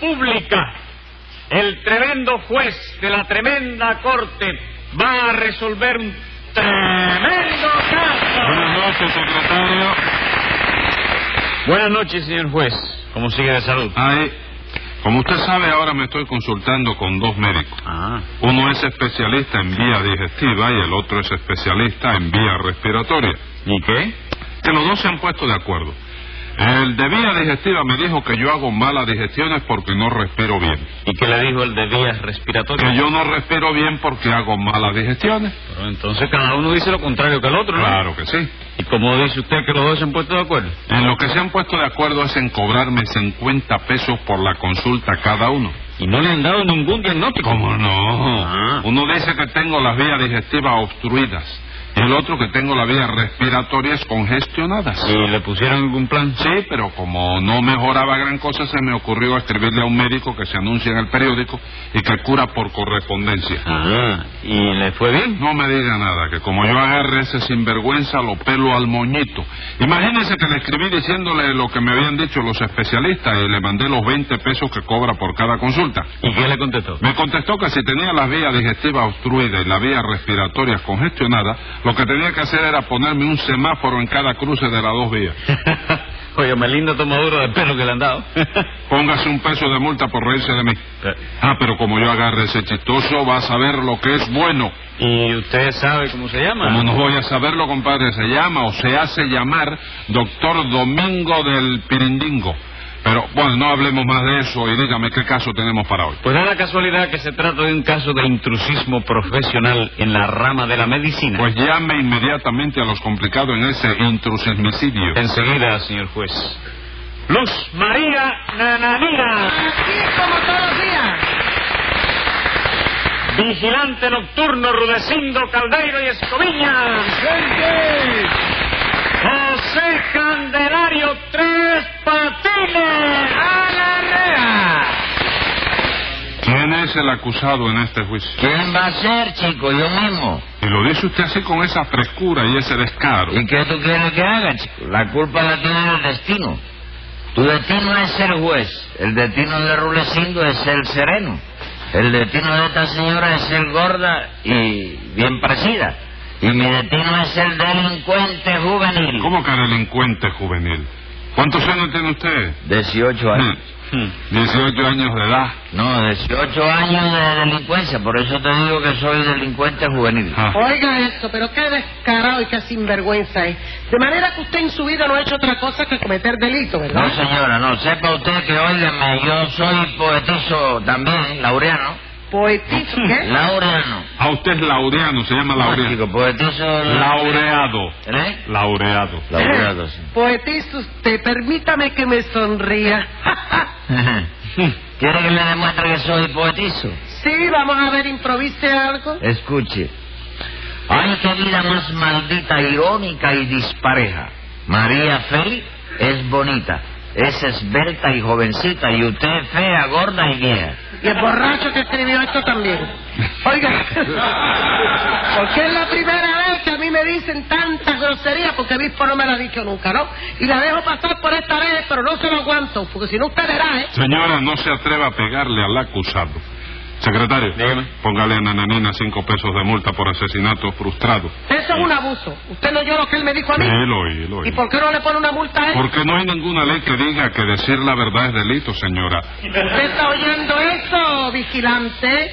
pública. El tremendo juez de la tremenda corte va a resolver un tremendo caso. Buenas noches, secretario. Buenas noches, señor juez. ¿Cómo sigue de salud? Ahí. Como usted sabe, ahora me estoy consultando con dos médicos. Ah, Uno es especialista en vía digestiva y el otro es especialista en vía respiratoria. ¿y qué? Que los dos se han puesto de acuerdo. El de vía digestiva me dijo que yo hago malas digestiones porque no respiro bien. ¿Y qué le dijo el de vías respiratorias? Que yo no respiro bien porque hago malas digestiones. Pero entonces cada uno dice lo contrario que el otro, ¿no? Claro que sí. ¿Y como dice usted que los dos se han puesto de acuerdo? En lo que se han puesto de acuerdo es en cobrarme 50 pesos por la consulta cada uno. Y no le han dado ningún diagnóstico. ¿Cómo no? Ah. Uno dice que tengo las vías digestivas obstruidas. Y el otro que tengo las vías respiratorias congestionadas. ¿Y le pusieron algún plan? Sí, pero como no mejoraba gran cosa, se me ocurrió escribirle a un médico que se anuncia en el periódico y que cura por correspondencia. Ah, ¿y le fue bien? No me diga nada, que como yo agarre ese sinvergüenza, lo pelo al moñito. Imagínese que le escribí diciéndole lo que me habían dicho los especialistas y le mandé los 20 pesos que cobra por cada consulta. ¿Y qué le contestó? Me contestó que si tenía las vías digestivas obstruidas y las vías respiratorias congestionadas, lo que tenía que hacer era ponerme un semáforo en cada cruce de las dos vías. Oye, me linda tomadura de pelo que le han dado. Póngase un peso de multa por reírse de mí. Ah, pero como yo agarre ese chistoso, va a saber lo que es bueno. ¿Y usted sabe cómo se llama? Como no voy a saberlo, compadre, se llama o se hace llamar doctor Domingo del Pirindingo. Pero, bueno, no hablemos más de eso y dígame qué caso tenemos para hoy. Pues da la casualidad que se trata de un caso de intrusismo profesional en la rama de la medicina. Pues llame inmediatamente a los complicados en ese intrusismicidio. Enseguida, señor juez. Luz María Nananina, Así como todos los días. vigilante nocturno Rudecindo Caldeiro y Escoviña, José Candelario Tres Patines. ¡A la rea! ¿Quién es el acusado en este juicio? ¿Quién va a ser, chico? Yo mismo. Y lo dice usted así con esa frescura y ese descaro. ¿Y qué tú quieres que haga, chico? La culpa la tienen los destinos. Tu destino es ser juez. El destino de Rulecindo es ser sereno. El destino de esta señora es ser gorda y bien parecida. Y mi destino es ser delincuente juvenil. ¿Cómo que delincuente juvenil? ¿Cuántos años tiene usted? 18 años. Hmm. 18 años de edad. No, 18 años de delincuencia. Por eso te digo que soy delincuente juvenil. Ah. Oiga esto, pero qué descarado y qué sinvergüenza es. De manera que usted en su vida no ha hecho otra cosa que cometer delito, No, ¿verdad? señora, no. Sepa usted que, óigame, yo soy poetizo también, laureano. Poetizo, ¿Eh? ¿qué? Laureano. A Ah, usted es laureano, se llama No, laureano. chico, poetizo... Laureado. ¿Eh? Laureado. Laureado, sí. Poetizo usted, permítame que me sonría. ¿Quiere que le demuestre que soy poetizo? sí, vamos a ver, improvise algo. Escuche. Ay, qué vida más maldita, irónica y dispareja. María Fey es bonita, es esbelta y jovencita, y usted es fea, gorda y vieja. Y el borracho que escribió esto también. Oiga, porque es la primera vez que a mí me dicen tantas groserías, porque Bispo no me lo ha dicho nunca, ¿no? Y la dejo pasar por esta vez, pero no se lo aguanto, porque si no usted verá, ¿eh? Señora, no se atreva a pegarle al acusado. Secretario, Dígame. póngale a Nananina cinco pesos de multa por asesinato frustrado. Eso es un abuso. Usted no oyó lo que él me dijo a mí. Ah, Él oí, él ¿Y oí. por qué no le pone una multa a él? Porque no hay ninguna ley que diga que decir la verdad es delito, señora. ¿Usted está oyendo eso, vigilante?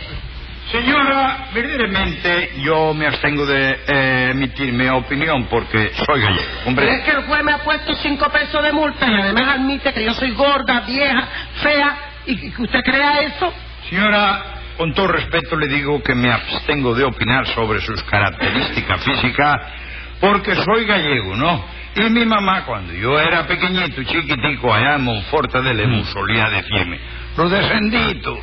Señora, verdaderamente yo me abstengo de eh, emitir mi opinión porque soy gallego. Pero Hombre, es que el juez me ha puesto cinco pesos de multa y además admite que yo soy gorda, vieja, fea, y que usted crea eso. señora, con todo respeto le digo que me abstengo de opinar sobre sus características físicas porque soy gallego, ¿no? Y mi mamá, cuando yo era pequeñito, chiquitico, allá en Monforte de Lemus, solía decirme, Rudecendito,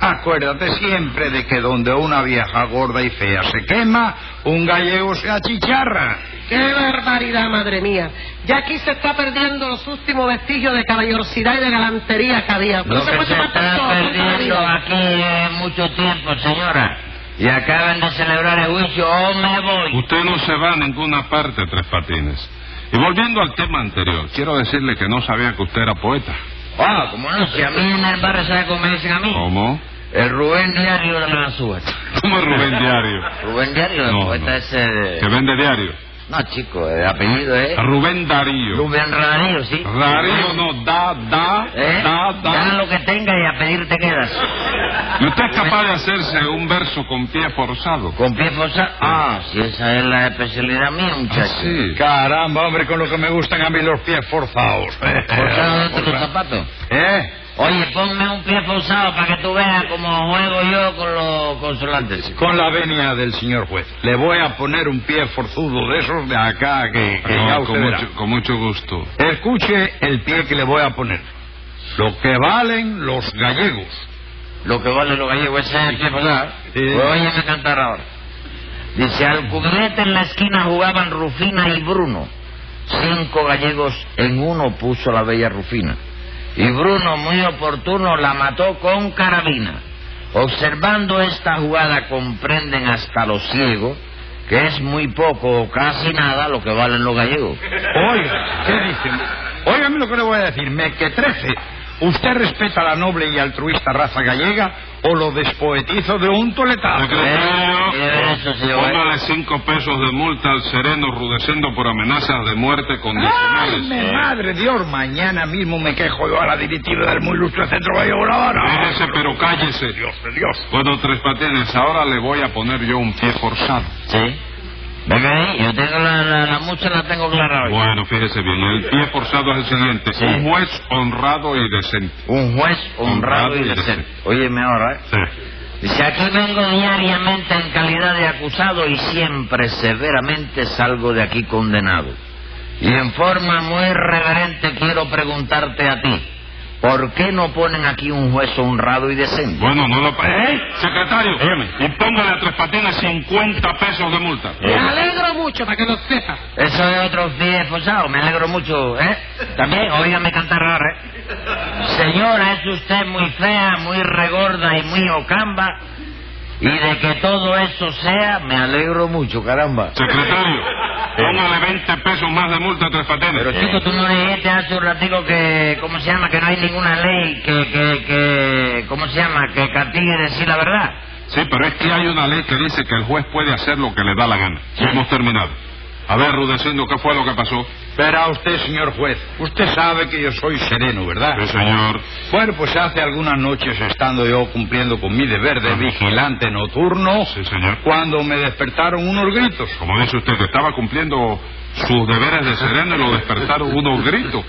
acuérdate siempre de que donde una vieja gorda y fea se quema, un gallego se achicharra. ¡Qué barbaridad, madre mía! Ya aquí se está perdiendo los últimos vestigios de caballerosidad y de galantería que había. Lo se que puede se matar está todo, toda la perdiendo vida. aquí es mucho tiempo, señora. Y acaban de celebrar el juicio, o me voy. Usted no se va a ninguna parte, Tres Patines. Y volviendo al tema anterior, quiero decirle que no sabía que usted era poeta. Ah, como no, si a mí en el barrio, ¿sabe cómo me dicen a mí? ¿Cómo? El Rubén Diario de la subasta. ¿Cómo es Rubén Diario? Rubén Diario, No, el poeta no. ese de- ¿Que vende diario? No, chico, el apellido es... Rubén Darío. Rubén Darío, sí. Darío no, da, da, ¿Eh? da, Da da. lo que tengas y a pedir te quedas. ¿Y usted es capaz de hacerse un verso con pie forzado? ¿Con pie forzado? Ah, sí, esa es la especialidad mía, muchacho. Ah, sí. Caramba, hombre, con lo que me gustan a mí los pies forzados. ¿Forzado dentro de los zapatos? ¿Eh? Oye, ponme un pie forzado para que tú veas cómo juego yo con los consolantes. Con la venia del señor juez. Le voy a poner un pie forzudo de esos de acá que, que ya No, usted con, verá. mucho, con mucho gusto. Escuche el pie que le voy a poner. Lo que valen los gallegos. Lo que vale lo gallego ese es el pie forzado. Sí. Pues óyeme cantar ahora. Dice, al cubilete en la esquina jugaban Rufina y Bruno. Cinco gallegos en uno puso la bella Rufina. Y Bruno, muy oportuno, la mató con carabina. Observando esta jugada comprenden hasta los ciegos que es muy poco o casi nada lo que valen los gallegos. Oiga, ¿qué dicen? Óigame lo que le voy a decir. Me que trece. ¿Usted respeta la noble y altruista raza gallega o lo despoetizo de un toletazo? Eh, eso sí, bueno. Póngale cinco pesos de multa al sereno rudeciendo por amenazas de muerte condicionales. Eh. ¡Ay, mi madre Dios! Mañana mismo me quejo yo a la directiva del muy ilustre Centro Gallego de La Habana. Déjese, pero cállese. Dios de Dios. Bueno, Tres Patines, ahora le voy a poner yo un pie forzado. Sí. Venga ahí, yo tengo la, la, la mucha la tengo clara hoy. Bueno, fíjese bien, el pie forzado es el siguiente. Sí. Un juez honrado y decente. Un juez honrado Honrado y y decente. Óyeme ahora, ¿eh? Dice, aquí vengo diariamente en calidad de acusado y siempre severamente salgo de aquí condenado. Y en forma muy reverente quiero preguntarte a ti, ¿por qué no ponen aquí un juez honrado y decente? Bueno, no lo... pa- ¿Eh? Secretario, y póngale a Tres Patines 50 pesos de multa. Me alegro mucho para que lo sepas. Eso es otro pie forzado, me alegro mucho, ¿eh? También, óigame cantar ahora, ¿eh? Señora, es usted muy fea, muy regorda y muy ocamba, y de que todo eso sea, me alegro mucho, caramba. Secretario, póngale 20 pesos más de multa a Tres Patines. Pero chico, Pues tú no dijiste hace un ratico que, ¿cómo se llama? Que no hay ninguna ley que, que, que, ¿cómo se llama? Que castigue decir la verdad. Sí, pero es que hay una ley que dice que el juez puede hacer lo que le da la gana. Sí. Hemos terminado. A ver, Rudecindo, ¿qué fue lo que pasó? Verá usted, señor juez, usted sabe que yo soy sereno, ¿verdad? Sí, señor. Bueno, pues hace algunas noches, estando yo cumpliendo con mi deber de vigilante nocturno, Ah. Sí, señor. cuando me despertaron unos gritos. Como dice usted, que estaba cumpliendo sus deberes de sereno y lo despertaron unos gritos.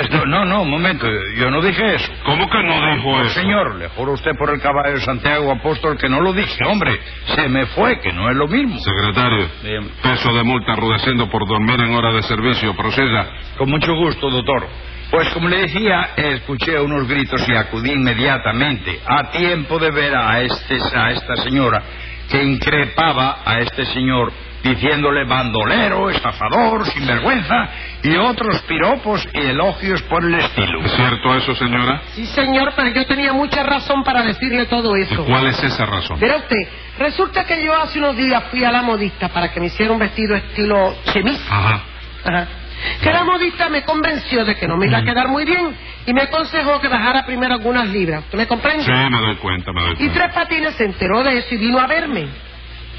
Esto- no, no, un momento, yo no dije eso. ¿Cómo que no dijo eso? Señor, le juro a usted por el caballero Santiago Apóstol que no lo dije, hombre. Se me fue, que no es lo mismo. Secretario, Dígame. peso de multa Rudecindo por dormir en hora de servicio. Proceda. Con mucho gusto, doctor. Pues como le decía, escuché unos gritos y acudí inmediatamente, a tiempo de ver a, este, a esta señora que increpaba a este señor diciéndole bandolero, estafador, sinvergüenza y otros piropos y elogios por el estilo. ¿Es cierto eso, señora? Sí, señor, pero yo tenía mucha razón para decirle todo ¿Y eso. cuál es esa razón? Verá usted, resulta que yo hace unos días fui a la modista para que me hiciera un vestido estilo chemise. Ah. Ajá. Ajá. Que la modista me convenció de que no me Mm. iba a quedar muy bien y me aconsejó que bajara primero algunas libras. ¿Usted me comprende? Sí, me doy cuenta, me doy Y cuenta. Tres Patines se enteró de eso y vino a verme.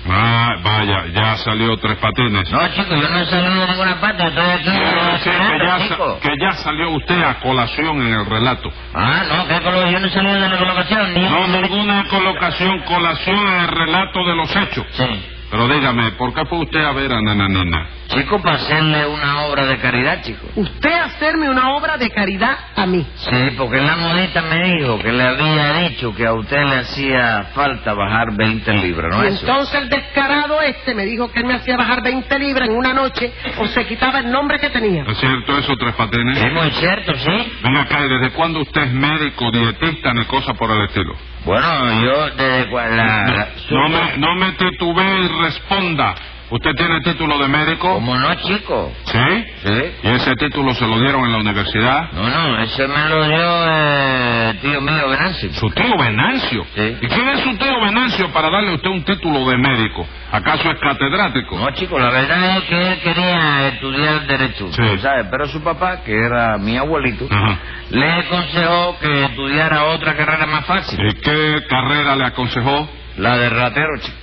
Ah, vaya, ya salió Tres Patines. No, chico, yo no he salido de ninguna parte, estoy aquí. Quiero decir que ya, esperando, sa- chico. que ya salió usted a colación en el relato. Ah, no, que colo- yo no he salido de la colocación, ni No, ninguna colocación, colación en el relato de los hechos. Sí. Pero dígame, ¿por qué fue usted a ver a Nananina? Chico, para hacerle una obra de caridad, chico. Usted hacerme una obra de caridad a mí. Sí, porque la modista me dijo que le había dicho que a usted le hacía falta bajar 20 libras, ¿no Y es eso? entonces el descarado este me dijo que él me hacía bajar 20 libras en una noche o se quitaba el nombre que tenía. Ah. ¿Es cierto eso, Tres Es Patines? muy cierto, sí. Venga acá, ¿y desde cuándo usted es médico, dietista, ni cosa por el estilo? Ah, Bueno, yo desde cua- la... la- su- No me, no me titubee y responda. ¿Usted tiene título de médico? ¿Cómo no, chico? ¿Sí? Sí. ¿Y ese título se lo dieron en la universidad? No, no, ese me lo dio eh, tío mío Venancio. Su tío Venancio. Sí. ¿Y quién es su tío Venancio para darle a usted un título de médico? ¿Acaso es catedrático? No, chico, la verdad es que él quería estudiar Derecho, Sí. ¿sabes? Pero su papá, que era mi abuelito, Ajá. le aconsejó que estudiara otra carrera más fácil. ¿Y qué carrera le aconsejó? La de ratero, chico.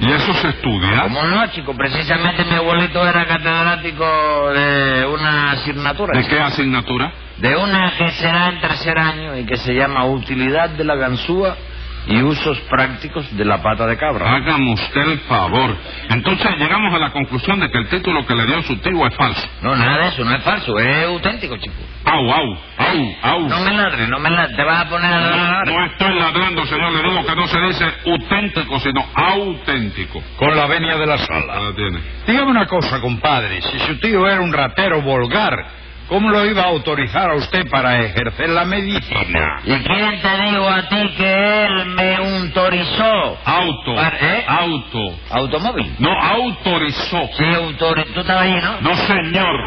¿Y eso se estudia? ¿Cómo no, chico? Precisamente mi abuelito era catedrático de una asignatura. ¿De chico. qué asignatura? De una que será en tercer año y que se llama Utilidad de la ganzúa y usos prácticos de la pata de cabra. Hágame usted el favor. Entonces llegamos a la conclusión de que el título que le dio su tío es falso. No, nada de eso, no es falso, es auténtico, chico. Au, au, au, au. No me ladres, no me ladres, te vas a poner a ladrar. No estoy ladrando, señor. Le digo que no se dice auténtico, sino auténtico. Con la venia de la sala. Ahora tiene. Dígame una cosa, compadre. Si su tío era un ratero vulgar, ¿cómo lo iba a autorizar a usted para ejercer la medicina? ¿Y quién te dijo a ti que él me autorizó? Auto. Par- ¿eh? Auto. ¿Automóvil? No, autorizó. Sí, autorizó. ¿Tú estabas allí, no? No, señor.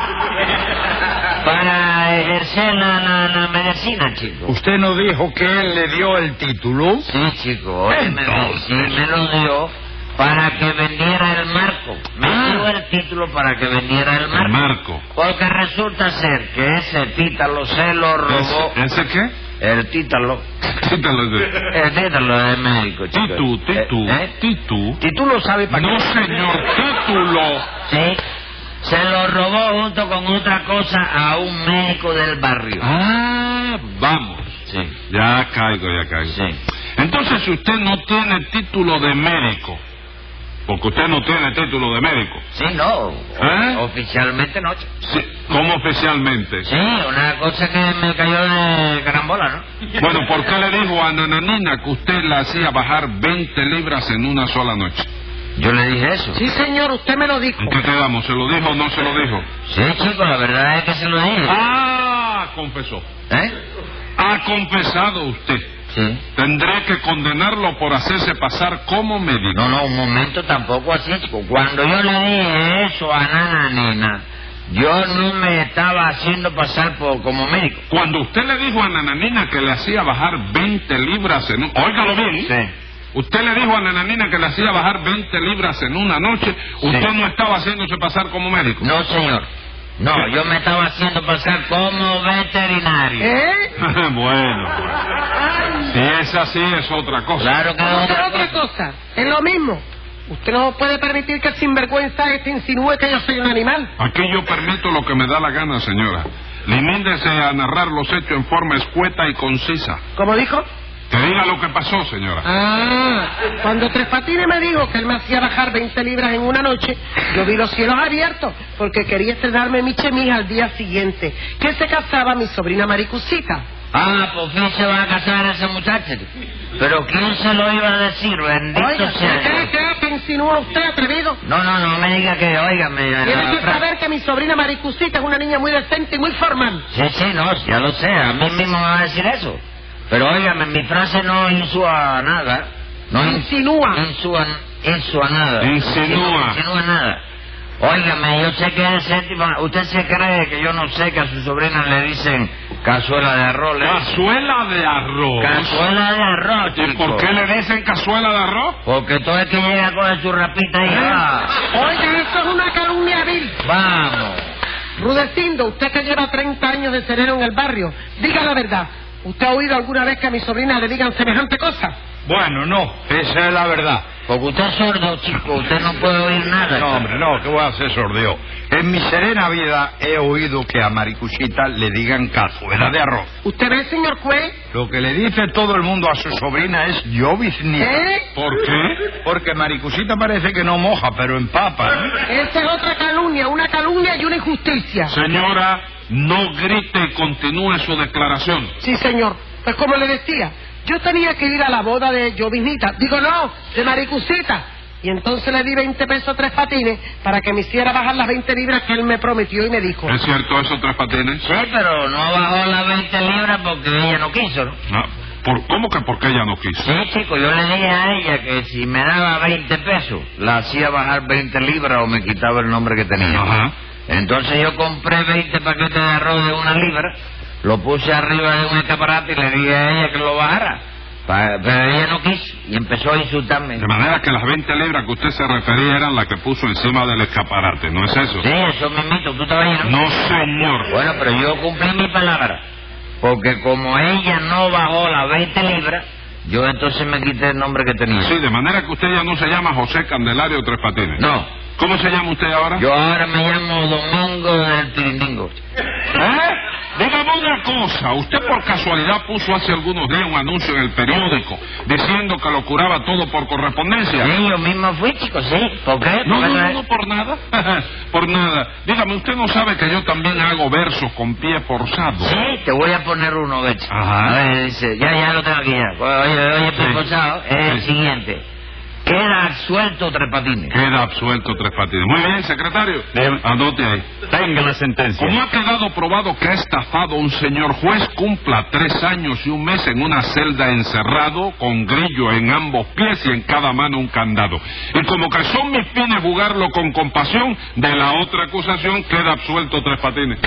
Para ejercer la, la- la medicina, chico. ¿Usted no dijo que él le dio el título? Sí, chico, oye, me, lo- sí, me lo dio para que vendiera el marco. Me dio el título para que vendiera el marco. Marco. Porque resulta ser que ese títalo se lo robó. ¿Ese, ese qué? El títalo. Quítalo de... El títalo de Eh, médico, chico. Titu, Titu, Eh, ¿eh? Titu. Título sabe para No, qué. señor, título. Sí. Se lo robó junto con otra cosa a un médico del barrio. Ah, vamos. Sí. Ya caigo, ya caigo. Sí. Entonces, si usted no tiene título de médico, porque usted no tiene título de médico, Sí, no. o- ¿Eh? Oficialmente no. chico. sí, ¿cómo oficialmente? Sí, una cosa que me cayó de carambola, ¿no? Bueno, ¿por qué le dijo a Nananina que usted la hacía bajar 20 libras en una sola noche? Yo le dije eso. Sí, señor, usted me lo dijo. ¿En qué quedamos? ¿Se lo dijo o no se lo dijo? Sí, chico, la verdad es que se lo dije. Ah, confesó. ¿Eh? Ha confesado usted. Sí. Tendré que condenarlo por hacerse pasar como médico. No, no, un momento tampoco así, chico. Cuando yo le dije eso a Nana Nina, yo no me estaba haciendo pasar por, como médico. Cuando usted le dijo a Nananina que le hacía bajar 20 libras en un... Óigalo bien. Usted le dijo a Nananina que le hacía bajar 20 libras en una noche. Usted no estaba haciéndose pasar como médico. No, señor. No, yo me estaba haciendo pasar como veterinario. ¿Eh? bueno. Si es así, es otra cosa. Claro que Pero no. otra cosa, es lo mismo. Usted no puede permitir que el sinvergüenza este insinúe que yo soy un animal. Aquí yo permito lo que me da la gana, señora. Limíndese a narrar los hechos en forma escueta y concisa. ¿Cómo dijo? Que diga lo que pasó, señora. Ah, cuando Tres Patines me dijo que él me hacía bajar 20 libras en una noche, yo vi los cielos abiertos porque quería estrenarme mi chemise al día siguiente, que se casaba mi sobrina Maricucita. Ah, por fin se va a casar ese muchacho. Pero ¿quién se lo iba a decir? Bendito Oiga, sea. ¿qué, Dios. qué, qué insinúa usted, atrevido? No, no, no me diga que, óigame. la Tiene que fra- saber que mi sobrina Maricucita es una niña muy decente y muy formal. Sí, sí, no, ya lo sé, a mí mismo me va a decir eso. Pero óigame, mi frase no insúa nada. No in- Insinúa. Insúa, insúa nada. Insinúa. Insinúa nada. Óigame, yo sé que es séptima. ¿Usted se cree que yo no sé que a su sobrina le dicen cazuela de arroz? le dicen? Cazuela de arroz. Cazuela de arroz, ¿Y chico. por qué le dicen cazuela de arroz? Porque todo el que llega coge su ¿Eh? rapita y va. Oiga, esto es una calumnia vil. Vamos. Rudecindo, usted que lleva 30 años de sereno en el barrio, diga la verdad. ¿Usted ha oído alguna vez que a mi sobrina le digan semejante cosa? Bueno, no. Esa es la verdad. Porque usted es sordo, chico, usted no puede oír nada. No, hombre, no, que voy a hacer sordeo. En mi serena vida he oído que a Maricuchita le digan cazuela de arroz. ¿Usted ve, señor juez? Lo que le dice todo el mundo a su sobrina es yo bisnieta. ¿Eh? ¿Por qué? Porque Maricuchita parece que no moja, pero empapa. ¿eh? ¿no? Esa es otra calumnia, una calumnia y una injusticia. Señora, no grite y continúe su declaración. Sí, señor. Pues como le decía, yo tenía que ir a la boda de Jovinita. Digo, no, de Maricucita. Y entonces le di 20 pesos a tres patines para que me hiciera bajar las 20 libras que él me prometió y me dijo. ¿Es cierto eso, Tres Patines? Sí, pero no bajó las 20 libras porque ella no quiso, ¿no? No. ¿Por, ¿Cómo que por qué ella no quiso? Sí, chico, yo le dije a ella que si me daba 20 pesos, la hacía bajar 20 libras o me quitaba el nombre que tenía. Ajá. Entonces yo compré 20 paquetes de arroz de una libra, lo puse arriba de un escaparate y le dije a ella que lo bajara. Pa- Pero ella no quiso y empezó a insultarme. De manera que las 20 libras que usted se refería eran las que puso encima del escaparate, ¿no es eso? Sí, eso mismito, tú estabas ahí, No, señor. Bueno, pero yo cumplí mi palabra. Porque como ella no bajó las 20 libras, yo entonces me quité el nombre que tenía. Sí, de manera que usted ya no se llama José Candelario Tres Patines. No. ¿Cómo se llama usted ahora? Yo ahora me llamo Domingo del Tirindingo. ¿Eh? Dígame una cosa, usted por casualidad puso hace algunos días un anuncio en el periódico diciendo que lo curaba todo por correspondencia. Sí, yo mismo fui, chico, sí. ¿Por qué? No, no, Porque- no, no, por nada. por nada. Dígame, usted no sabe que yo también hago versos con pie forzado. Sí, te voy a poner uno, Becho. Ajá. A ver, dice, ya, ya lo tengo aquí ya. Oye, oye, Ah. Sí. Pecosado, es el Sí. siguiente. Queda suelto tres patines. Queda absuelto Tres Patines. Muy bien, secretario. Bien. Anote ahí. Tenga la sentencia. Como ha quedado probado que ha estafado a un señor juez, cumpla tres años y un mes en una celda encerrado, con grillo en ambos pies y en cada mano un candado. Y como que son mis fines jugarlo con compasión, de la otra acusación queda absuelto tres patines.